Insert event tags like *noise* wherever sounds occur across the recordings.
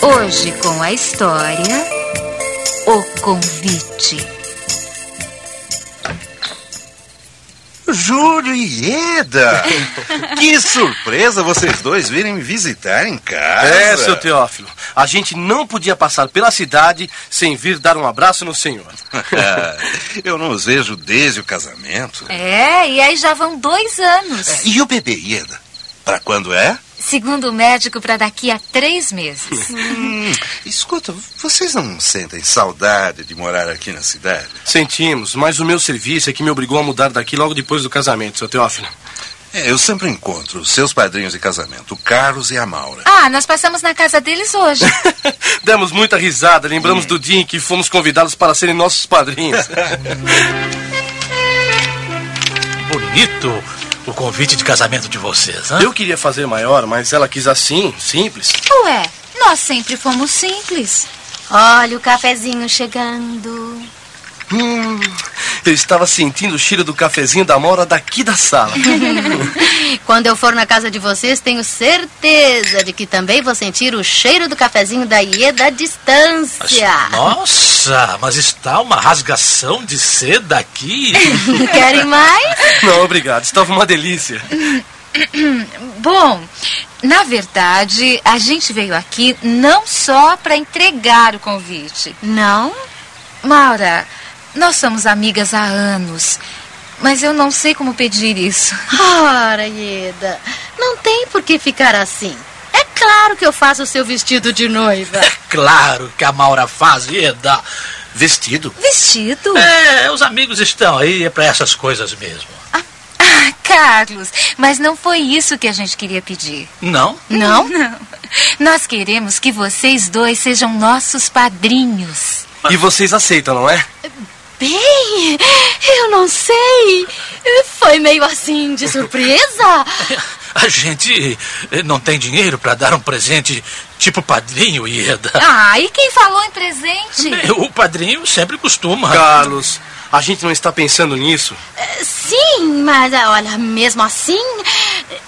Hoje com a história O Convite. Júlio e *laughs* Eda! que surpresa vocês dois virem me visitar em casa! É, seu Teófilo, a gente não podia passar pela cidade sem vir dar um abraço no senhor. *laughs* É, Eu não os vejo desde o casamento. É, e aí já vão dois anos. E o bebê, Ieda? Pra quando é? Segundo o médico, para daqui a três meses. Hum, escuta, vocês não sentem saudade de morar aqui na cidade? Sentimos, mas o meu serviço é que me obrigou a mudar daqui logo depois do casamento, seu Teófilo. É, eu sempre encontro os seus padrinhos de casamento, o Carlos e a Maura. Ah, nós passamos na casa deles hoje. Demos muita risada, lembramos do dia em que fomos convidados para serem nossos padrinhos. Bonito o convite de casamento de vocês, né? hã? Eu queria fazer maior, mas ela quis assim, simples. Ué, nós sempre fomos simples. Olha o cafezinho chegando. Hum, eu estava sentindo o cheiro do cafezinho da Mora daqui da sala. Quando eu for na casa de vocês, tenho certeza de que também vou sentir o cheiro do cafezinho da Ieda à distância. Nossa, mas está uma rasgação de seda aqui. É. Querem mais? Não, obrigado, estava uma delícia. Bom, na verdade, a gente veio aqui não só para entregar o convite. Não? Maura, nós somos amigas há anos, mas eu não sei como pedir isso. Ora, Ieda, não tem por que ficar assim. É claro que eu faço o seu vestido de noiva. *laughs* Claro que a Maura faz e dá vestido. Vestido? É, os amigos estão aí para essas coisas mesmo. Ah, Carlos, mas não foi isso que a gente queria pedir. Não? *laughs* Não? *laughs* Não. Nós queremos que vocês dois sejam nossos padrinhos. E vocês aceitam, não é? Bem, eu não sei. Foi meio assim de surpresa. A gente eh, não tem dinheiro para dar um presente tipo padrinho, Ieda. Ah, e quem falou em presente? *laughs* O padrinho sempre costuma. Carlos, a gente não está pensando nisso. Sim, mas ah, olha, mesmo assim,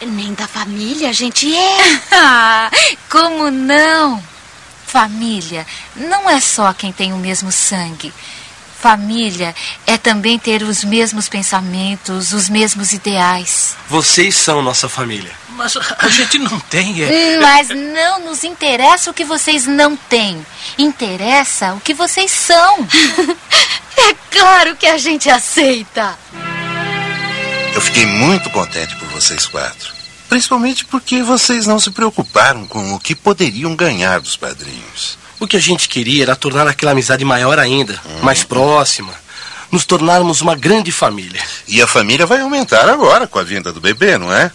nem da família a gente é. *laughs* Ah, como não? Família não é só quem tem o mesmo sangue. Família é também ter os mesmos pensamentos, os mesmos *laughs* ideais. Vocês são nossa família. Mas a gente não tem. eh, Mas não nos interessa o que vocês não têm. Interessa o que vocês são. É claro que a gente aceita. Eu fiquei muito contente por vocês quatro. Principalmente porque vocês não se preocuparam com o que poderiam ganhar dos padrinhos. O que a gente queria era tornar aquela amizade maior ainda, mais próxima, nos tornarmos uma grande família. *clears throat* E a família vai aumentar agora com a vinda do bebê, não é?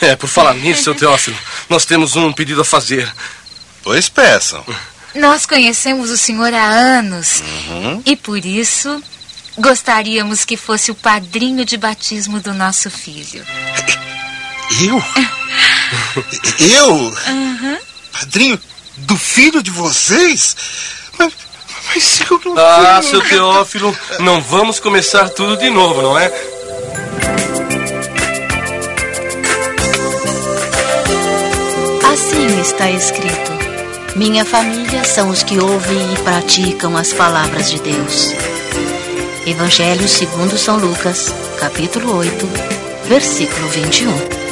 É, por falar nisso, seu Teófilo, nós temos um pedido a fazer. Pois peçam. Nós conhecemos o senhor há anos e por isso gostaríamos que fosse o padrinho de batismo do nosso filho. Eu? Eu? Padrinho do filho de vocês? Mas, mas eu não. Ah, seu Teófilo, não vamos começar tudo de novo, não é? Assim está escrito: Minha família são os que ouvem e praticam as palavras de Deus. Evangelho segundo São Lucas, capítulo 8, um. versículo 21.